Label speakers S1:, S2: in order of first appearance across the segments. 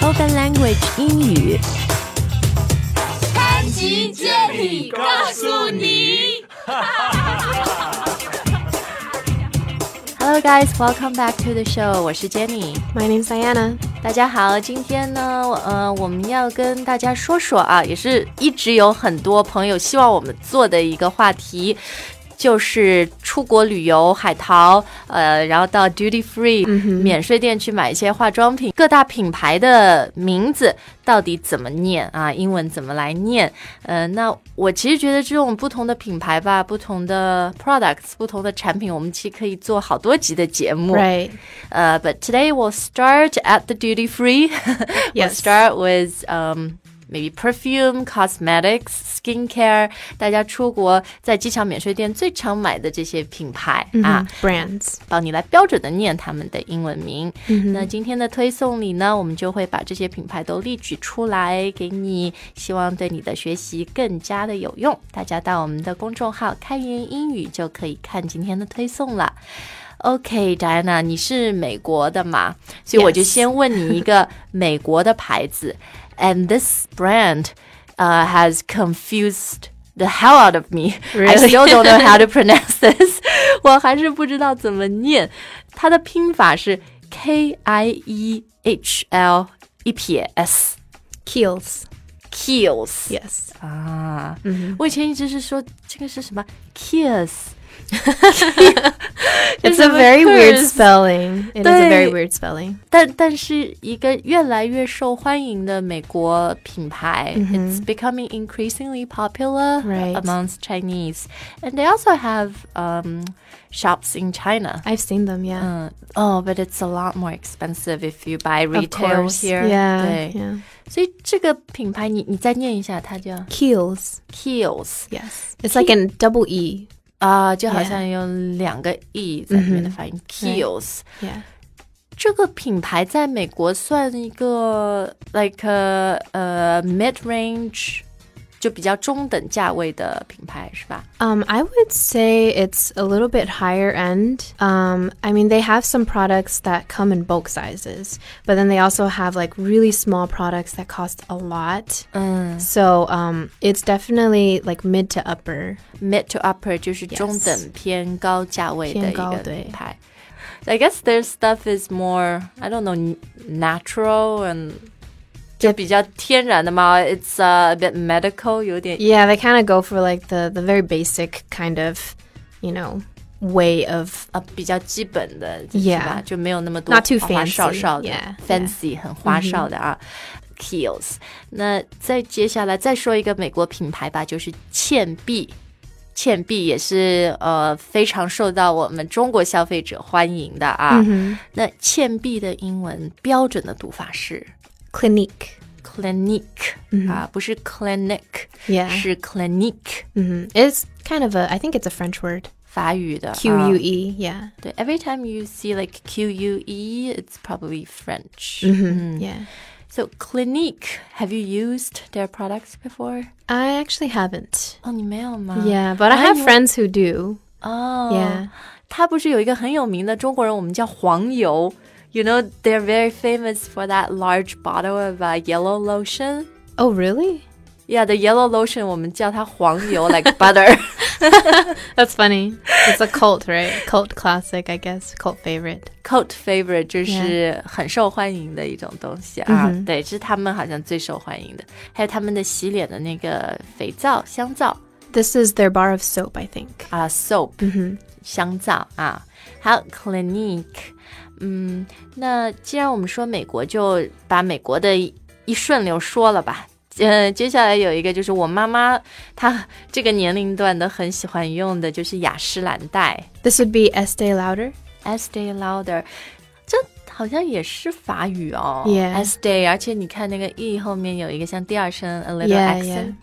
S1: Golden Language 英语。
S2: 潘吉接力告诉你。
S1: Hello guys, welcome back to the show。我是 Jenny。
S3: My name's Diana.
S1: 大家好，今天呢，呃，我们要跟大家说说啊，也是一直有很多朋友希望我们做的一个话题，就是出国旅游、海淘，呃，然后到 duty free、免税店去买一些化妆品，各大品牌的名字到底怎么念啊？英文怎么来念？呃，那我其实觉得这种不同的品牌吧，不同的 products、不同的产品，我们其实可以做好多集的节目。
S3: Right.
S1: Uh, but today we'll start at the duty free. we'll
S3: Yes.
S1: start with um, maybe perfume, cosmetics, skincare. 大家出国在机场免税店最常买的这些品牌、
S3: Mm-hmm.
S1: 啊，
S3: Brands.
S1: 帮你来标准的念他们的英文名。那今天的推送里呢，我们就会把这些品牌都列举出来给你，希望对你的学习更加的有用。大家到我们的公众号“开源英语”就可以看今天的推送了。OK，Diana，、你是美国的嘛？所以
S3: Yes
S1: 我就先问你一个美国的牌子，and this brand，呃、h a s confused the hell out of me。I
S3: Really?
S1: still don't know how to pronounce this，我 还是不知道怎么念。它的拼法是 K I E H L 一撇 S。
S3: Keels.
S1: Kills
S3: Yes.
S1: 啊我以前一直是说这个是什么 kiss，
S3: It's a very weird
S1: curse
S3: spelling. It is a very
S1: 对。
S3: weird spelling.
S1: 但但是一个越来越受欢迎的美国品牌、i t s becoming increasingly popular
S3: Mm-hmm. Right.
S1: amongst Chinese, and they also have um shops in China.
S3: I've seen them, yeah.
S1: 嗯，哦，but it's a lot more expensive if you buy
S3: of
S1: retail
S3: course.
S1: here.
S3: Yeah.
S1: 对
S3: Yeah.
S1: 所以这个品牌你你再念一下，它叫
S3: Keels.
S1: Kills
S3: Yes. It's like a double E.
S1: 啊，就好像有两个 e 在里面的
S3: Mm-hmm.
S1: 发音。Kills
S3: Yeah.
S1: 这个品牌在美国算一个 like 呃、mid range，就比较中等价位的品牌是吧？
S3: Um, I would say it's a little bit higher end. Um, I mean, they have some products that come in bulk sizes, but then they also have like really small products that cost a lot.
S1: 嗯
S3: So um, it's definitely like mid to upper.
S1: ，mid to upper 就是中
S3: Yes
S1: 等偏高价位的一
S3: 偏
S1: 个
S3: 高对
S1: 品牌。I guess their stuff is more I don't know natural and 就比较天然的嘛。It's a bit medical，有点
S3: Yeah, they kind of go for like the the very basic kind of, you know, way of
S1: 啊比较基本的，是
S3: Yeah
S1: 吧？就没有那么多
S3: Not too
S1: 花花哨
S3: fancy，
S1: 哨的
S3: yeah，
S1: fancy 很花哨的啊。Kills，那再接下来再说一个美国品牌吧，就是倩碧。倩碧也是呃非常受到我们中国消费者欢迎的啊。
S3: 嗯
S1: 那倩碧的英文标准的读法是
S3: clinique.
S1: clinic、啊，
S3: 嗯
S1: 不是 clinic，、
S3: Yeah
S1: 是 clinic
S3: hmm It's kind of a I think it's a French word.
S1: 法语的
S3: Q
S1: 啊
S3: U E. Yeah.
S1: 对，every time you see like Q U E, it's probably French.
S3: Mm-hmm. Yeah.
S1: So Clinique, have you used their products before?
S3: I actually haven't.
S1: 哦，你没有吗
S3: Yeah, but I have
S1: 以为
S3: friends who do.
S1: 哦
S3: Yeah.
S1: 它不是有一个很有名的中国人，我们叫黄油。You know, they're very famous for that large bottle of、uh, yellow lotion.
S3: Oh, really?
S1: Yeah, the yellow lotion 我们叫它黄油，like butter.
S3: That's funny. It's a cult, right? Cult classic, I guess. Cult favorite.
S1: Cult favorite 就是很受欢迎的一种东西啊对，这是他们好像最受欢迎的。还有他们的洗脸的那个肥皂、香皂
S3: This is their bar of soap, I think. Mm-hmm.
S1: 啊，soap，、香皂啊，还有 Clinique。嗯，那既然我们说美国，就把美国的一顺流说了吧。呃，接下来有一个就是我妈妈她这个年龄段的很喜欢用的，就是雅诗兰黛。
S3: This would be Estee Lauder.
S1: Estee Lauder，这好像也是法语哦。
S3: Yeah.
S1: Estee，而且你看那个 e 后面有一个像第二声 a little
S3: Yeah,
S1: accent。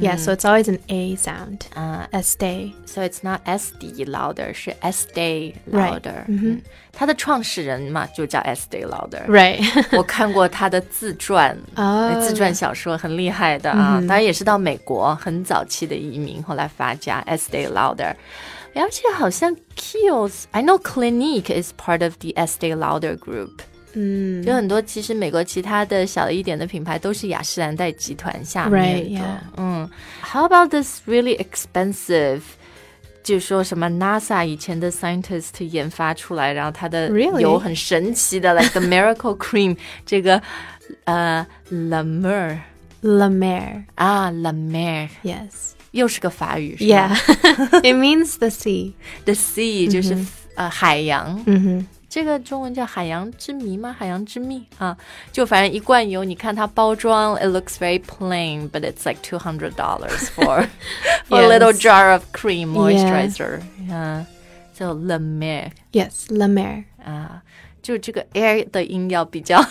S3: Yeah, so it's always an A sound.
S1: 啊
S3: Estee.
S1: so it's not Estee Lauder，是 Estee
S3: Right，
S1: Lauder。嗯，他的创始人嘛就叫 Estee Lauder。
S3: Right.
S1: 我看过他的自传，
S3: 哦
S1: 自传小说很厉害的啊。当然也是到美国很早期的移民，后来发家 Estee Lauder。而且好像 Kiehl's，I know Clinique is part of the Estee Lauder group。嗯，有很多其实美国其他的小一点的品牌都是雅诗兰黛集团下
S3: Right,
S1: 面的。
S3: yeah.
S1: 嗯，How about this really expensive？就说什么 NASA 以前的 scientist 研发出来，然后它的
S3: Really？
S1: 有很神奇的 like the miracle cream 这个呃 La Mer
S3: La Mer.
S1: 啊 La Mer
S3: Yes.
S1: 又是个法语是吧
S3: Yeah. it means the sea.
S1: The Sea 就是、呃海洋，
S3: Mm-hmm.
S1: 这个中文叫海洋之谜吗？海洋之蜜啊，就反正一罐油，你看它包装，it looks very plain, but it's like two hundred dollars for for a little
S3: Yes.
S1: jar of cream moisturizer. 嗯，就 La Mer
S3: Yes, La Mer.
S1: 啊，就这个 air 的音要比较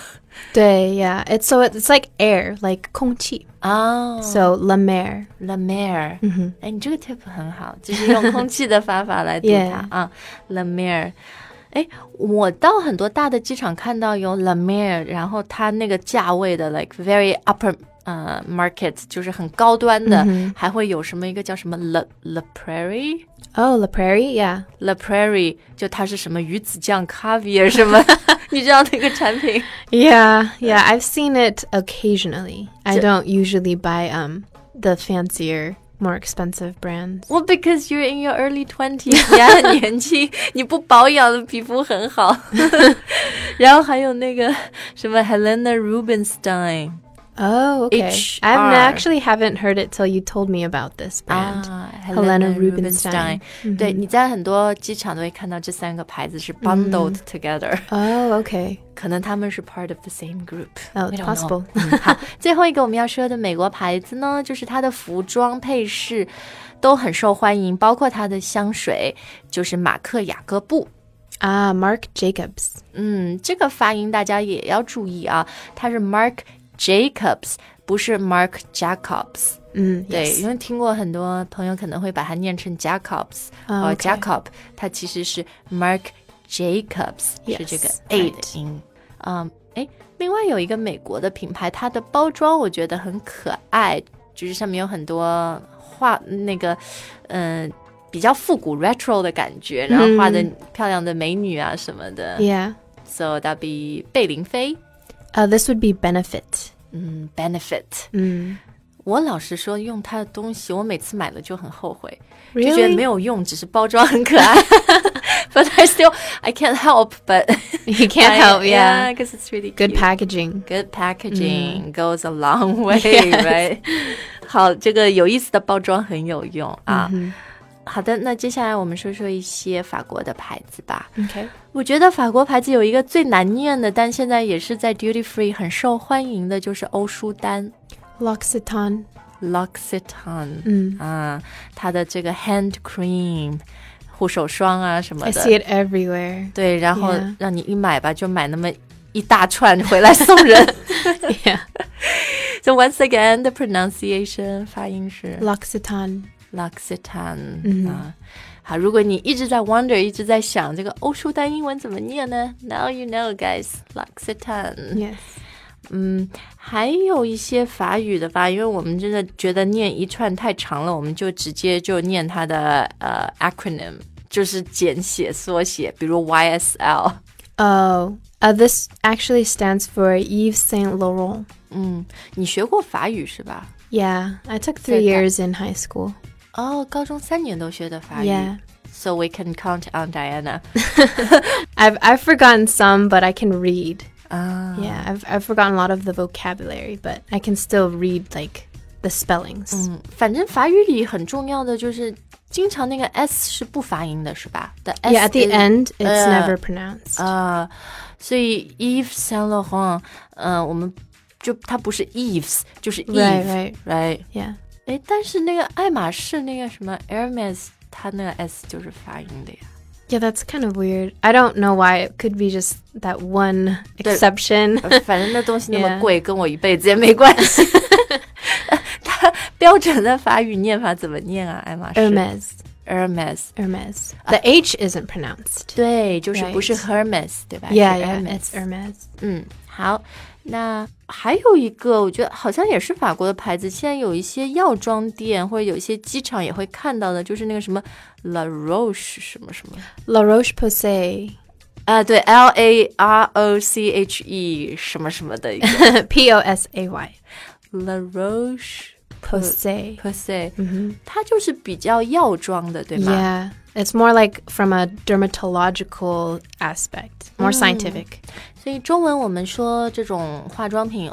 S3: 对, yeah. It's so it's like air, like 空气.
S1: 哦
S3: So La Mer.
S1: La Mer，嗯哎，你这个 tip 很好，就是用空气的方法 来读
S3: Yeah
S1: 它啊，La Mer。哎，我到很多大的机场看到有 La Mer，然后它那个价位的 like very upper 呃 market，就是很高端的，还会有什么一个叫什么 La La Prairie。
S3: Oh, La Prairie, yeah.
S1: La Prairie 就它是什么鱼子酱 caviar 什 么，你知道那个产品？
S3: Yeah, yeah. I've seen it occasionally. I don't usually buy um the fancier, more expensive brands.
S1: Well, because you're in your early twenties，你 还很年轻，你不保养的皮肤很好。 然后还有那个什么 Helena Rubinstein
S3: Oh, okay.
S1: HR.
S3: I actually haven't heard it till you told me about this brand.
S1: 啊
S3: Helena
S1: 嗯
S3: Rubinstein
S1: 对，你在很多机场都会看到这三个牌子是 bundled together，、
S3: Oh, okay.
S1: 可能他们是 part of the same group。
S3: Oh,
S1: We don't
S3: it's
S1: know.
S3: possible.
S1: 嗯好， 最后一个我们要说的美国牌子呢，就是它的服装配饰都很受欢迎，包括它的香水，就是马克雅各布。
S3: Ah, Marc Jacobs.
S1: 嗯，这个发音大家也要注意啊，它是 Mark Jacobs，不是 Mark Jacobs。
S3: Mm,
S1: 对，
S3: yes.
S1: 因为听过很多朋友可能会把它念成 Jacobs，
S3: 啊
S1: 呃
S3: OK
S1: Jacob，它其实是 Mark Jacobs，
S3: Yes，
S1: 是这个 A 的
S3: right
S1: 音。嗯，哎，另外有一个美国的品牌，它的包装我觉得很可爱，就是上面有很多画那个，嗯、比较复古 retro 的感觉，然后画的
S3: 嗯
S1: 漂亮的美女啊什么的。
S3: Yeah.
S1: So that be 贝玲妃，
S3: Uh, this would be benefit.
S1: 嗯，benefit。
S3: Mm.
S1: 我老实说，用它的东西，我每次买了就很后悔，就
S3: Really?
S1: 觉得没有用，只是包装很可爱。but I still I can't help but
S3: You can't help, yeah.
S1: because it's really
S3: Good Mm.
S1: cute.
S3: packaging.
S1: Good packaging goes a long way, right? 好，这个有意思的包装很有用啊。
S3: Mm-hmm.
S1: 好的，那接下来我们说说一些法国的牌子吧。
S3: Okay.
S1: 我觉得法国牌子有一个最难念的，但现在也是在 duty free 很受欢迎的，就是欧舒丹
S3: L'Occitane.
S1: （L'Occitane）。
S3: Mm.
S1: 啊，它的这个 hand cream 护手霜啊什么
S3: I see
S1: 的，
S3: it everywhere.
S1: 对，然后
S3: Yeah.
S1: 让你一买吧，就买那么一大串回来送人。
S3: Yeah.
S1: so once again, the pronunciation 发音是
S3: L'Occitane.
S1: L'Occitane、啊。好，如果你一直在 wonder，一直在想这个欧舒丹英文怎么念呢？Now you know, guys. L'Occitane。
S3: Yes.
S1: 嗯，还有一些法语的吧，因为我们真的觉得念一串太长了，我们就直接就念它的呃 acronym，就是简写缩写，比如 YSL。
S3: Oh, uh, this actually stands for Yves Saint Laurent.
S1: 嗯，你学过法语是吧？
S3: Yeah, I took
S1: So
S3: three
S1: that-
S3: years in high school.
S1: 哦，高中三年都学的法语。
S3: Yeah,
S1: So we can count on Diana。
S3: I've I've forgotten some, but I can read.
S1: 啊
S3: Yeah, I've I've forgotten a lot of the vocabulary, but I can still read like the spellings.
S1: 嗯，反正法语里很重要的就是，经常那个 S 是不发音的，是吧？The S
S3: yeah, at the
S1: is-
S3: end, it's
S1: uh,
S3: never pronounced.
S1: 啊，所以 Eve Saint Laurent，嗯、呃，我们就它不是 Eves，就是
S3: right,
S1: Eve，right？
S3: right. Yeah.
S1: 哎，但是那个爱马仕那个什么 Hermes，它那个 S 就是发音 的呀。
S3: Yeah, that's kind of weird. I don't know why. It could be just that one exception.
S1: 呃反正那东西那么
S3: Yeah.
S1: 贵跟我一辈子也没关系。 它标准的法语念法怎么念啊？爱马仕
S3: Hermes.
S1: Hermes，
S3: Hermes. The H isn't pronounced.
S1: 对，就是不是
S3: Right.
S1: Hermes，对吧
S3: Yeah,
S1: 是
S3: yeah,
S1: Hermes
S3: it's Hermes.
S1: 嗯，好，那还有一个，我觉得好像也是法国的牌子，现在有一些药妆店或者有一些机场也会看到的，就是那个什么 La Roche 什么什么
S3: La Roche Posay.
S1: 呃，对，L A R O C H E 什么什么的一个
S3: P O S A Y
S1: La Roche
S3: Posay.
S1: Posay，它就是比较药妆的，对吗
S3: Yeah, it's more like from a dermatological aspect, more scientific.
S1: 所以中文我们说这种化妆品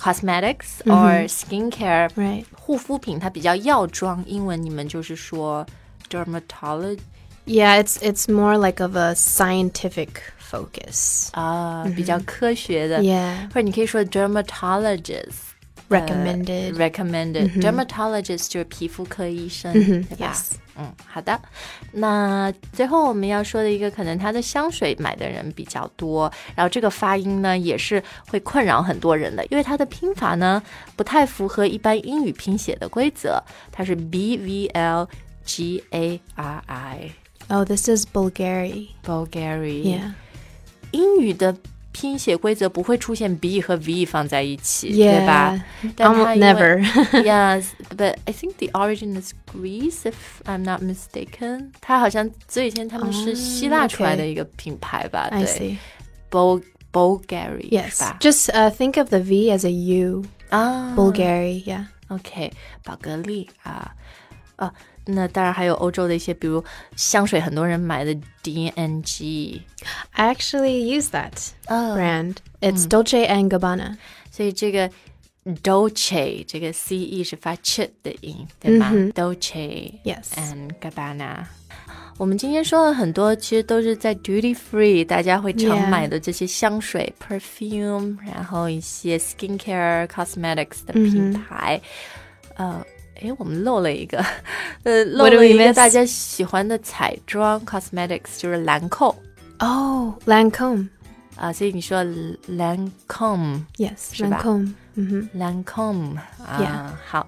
S1: ，cosmetics or skincare，、
S3: Right.
S1: 护肤品它比较药妆，英文你们就是说 dermatology
S3: Yeah, it's it's more like of a scientific focus.
S1: 啊，比较科学的
S3: 嗯 Yeah.
S1: 或者你可以说 dermatologist。
S3: uh,
S1: 呃
S3: Recommended. 嗯
S1: recommended dermatologist 就是皮肤科医生，对吧
S3: yes
S1: 嗯，好的。那最后我们要说的一个，可能它的香水买的人比较多，然后这个发音呢也是会困扰很多人的，因为它的拼法呢不太符合一般英语拼写的规则，它是 b v l g a r i
S3: Oh, this is Bulgari.
S1: Bulgari。
S3: Yeah.
S1: 英语的拼写规则不会出现 b 和 v 放在一起
S3: Yeah.
S1: 对吧？但它
S3: Almost
S1: 因为
S3: never.
S1: yes, but I think the origin is Greece, if I'm not mistaken. 它好像最前他们是希腊出来的一个品牌吧
S3: I
S1: 对
S3: see.
S1: Bul Bulgari 是
S3: Yes.
S1: 吧？
S3: Just uh, think of the V as a U.
S1: 啊
S3: Bulgari. Yeah.
S1: OK，宝格丽啊啊，那当然还有欧洲的一些，比如香水，很多人买的 DNG，
S3: I actually use that
S1: 嗯
S3: brand. It's Dolce and Gabbana.
S1: 所以这个 Dolce 这个 C E 是发 ch 的音，对吗、d o l c e
S3: 嗯 Yes
S1: and Gabbana。我们今天说了很多，其实都是在 duty free 大家会常
S3: Yeah
S1: 买的这些香水、perfume，然后一些 skincare、cosmetics 的
S3: 嗯
S1: 品牌。呃，诶，我们漏了一个， 呃，漏
S3: What do
S1: 了
S3: we
S1: 一个
S3: miss？
S1: 大家喜欢的彩妆 cosmetics，就是兰蔻
S3: Oh, Lancome.
S1: 啊、所以你说兰蔻。
S3: Yes,
S1: Shiba.
S3: Lancome. hmm
S1: Lancome 啊好，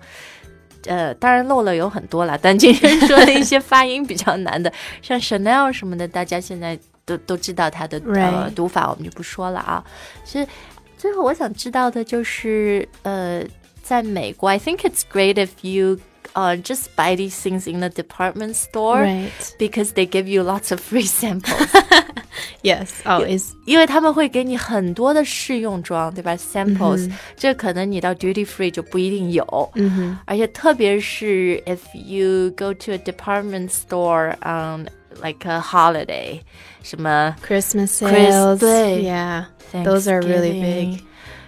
S1: 呃，当然漏了有很多啦，但今天说的一些发音比较 难的，像 Chanel 什么的，大家现在都都知道它的呃
S3: Right
S1: 读法，我们就不说了啊。其实最后我想知道的就是，呃，在美国，I think it's great if you uh just buy these things in the department store、
S3: Right.
S1: because they give you lots of free samples。
S3: Yes, Oh, always.
S1: 因为他们会给你很多的试用装，对吧？samples，、这
S3: 嗯
S1: 可能你到 duty free 就不一定有。嗯哼，而且特别是 if you go to a department store on like a holiday，什么
S3: Christmas
S1: Chris-
S3: sales.
S1: 对。
S3: yeah. Those are really
S1: Thanksgiving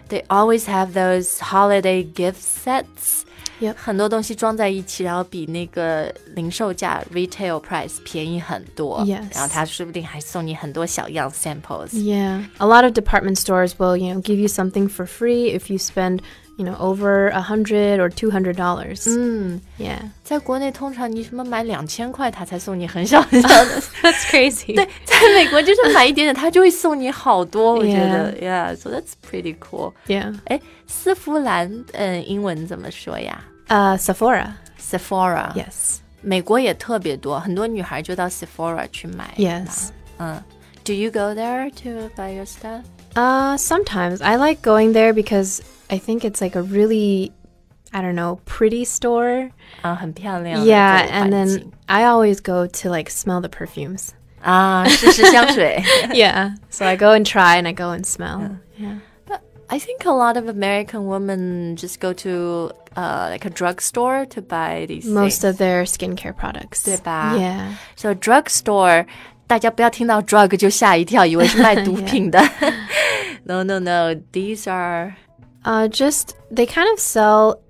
S3: big.
S1: They always have those holiday gift sets.
S3: Yep
S1: 很多东西装在一起，然后比那个零售价 retail price 便宜很多。
S3: Yes
S1: 然后他说不定还送你很多小样 samples。
S3: Yeah. A lot of department stores will, you know, give you something for free if you spend, you know, over a hundred or two hundred dollars.
S1: 嗯。
S3: Yeah.
S1: 在国内通常你什么买两千块，他才送你很小很小的。
S3: That's crazy.
S1: 对，在美国就是买一点点，他就会送你好多。我觉得，Yeah，so that's pretty cool。
S3: Yeah.
S1: 哎，丝芙兰，嗯，英文怎么说呀
S3: Uh Sephora.
S1: ？Sephora。
S3: Yes.
S1: 美国也特别多，很多女孩就到 Sephora 去买。
S3: Yes.
S1: 嗯，Do you go there to buy your stuff？
S3: Uh sometimes I like going there because I think it's like a really I don't know, pretty store.
S1: 啊，很漂亮的
S3: yeah,
S1: 这个
S3: and
S1: 环
S3: then
S1: 境。
S3: I always go to like smell the perfumes.
S1: 啊，试试香水。
S3: yeah. So I go and try and I go and smell. Yeah.
S1: I think a lot of American women just go to uh, like a drugstore to buy these
S3: Most
S1: things.
S3: of their skincare products.
S1: 对吧？
S3: Yeah.
S1: So drugstore，大家不要听到 drug 就吓一跳，以为是卖毒品 的。no no no, these are
S3: Uh, just they kind of sell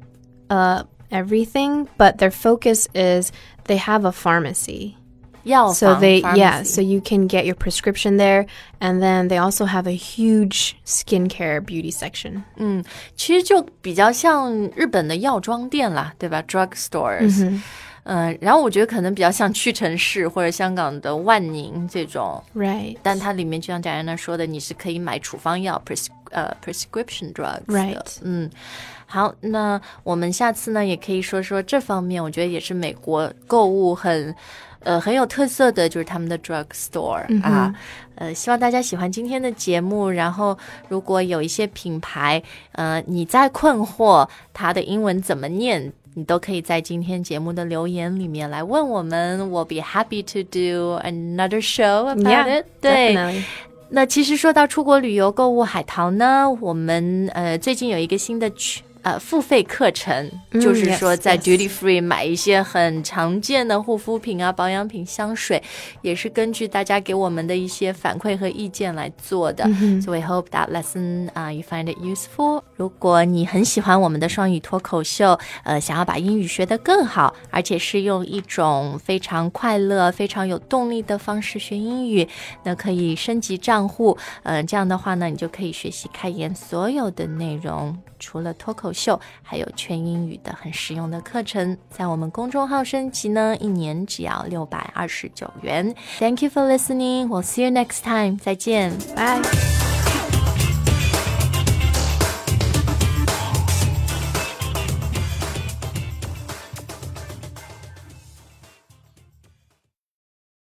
S3: uh, everything, but their focus is they have a pharmacy.
S1: 药
S3: So
S1: 房
S3: they yeah, so
S1: pharmacy
S3: you can get your prescription there, and then they also have a huge skincare beauty section.
S1: 其实就比较像日本的药妆店啦，对吧？drugstores。嗯然后我觉得可能比较像屈臣氏或者香港的万宁这种，
S3: Right.
S1: 但它里面就像贾安娜说的，你是可以买处方药 pres 呃 prescription drugs 的
S3: Right.
S1: 嗯，好，那我们下次呢也可以说说这方面，我觉得也是美国购物很。呃，很有特色的就是他们的 drug store、啊，
S3: 嗯
S1: 呃，希望大家喜欢今天的节目。然后，如果有一些品牌，呃，你在困惑它的英文怎么念，你都可以在今天节目的留言里面来问我们。We'll be happy to do another show about
S3: Yeah,
S1: it. 对。
S3: definitely.
S1: 那其实说到出国旅游、购物、海淘呢，我们呃最近有一个新的群呃付费课程，就是说
S3: yes,
S1: 在
S3: yes.
S1: duty free 买一些很常见的护肤品啊、保养品、香水，也是根据大家给我们的一些反馈和意见来做的。So we hope that lesson 啊、you find it useful。如果你很喜欢我们的双语脱口秀，呃，想要把英语学得更好，而且是用一种非常快乐、非常有动力的方式学英语，那可以升级账户，呃，这样的话呢，你就可以学习开言所有的内容，除了脱口秀，还有全英语的很实用的课程。在我们公众号升级呢，一年只要六百二十九元。Thank you for listening. We'll see you next time. 再见。
S3: Bye.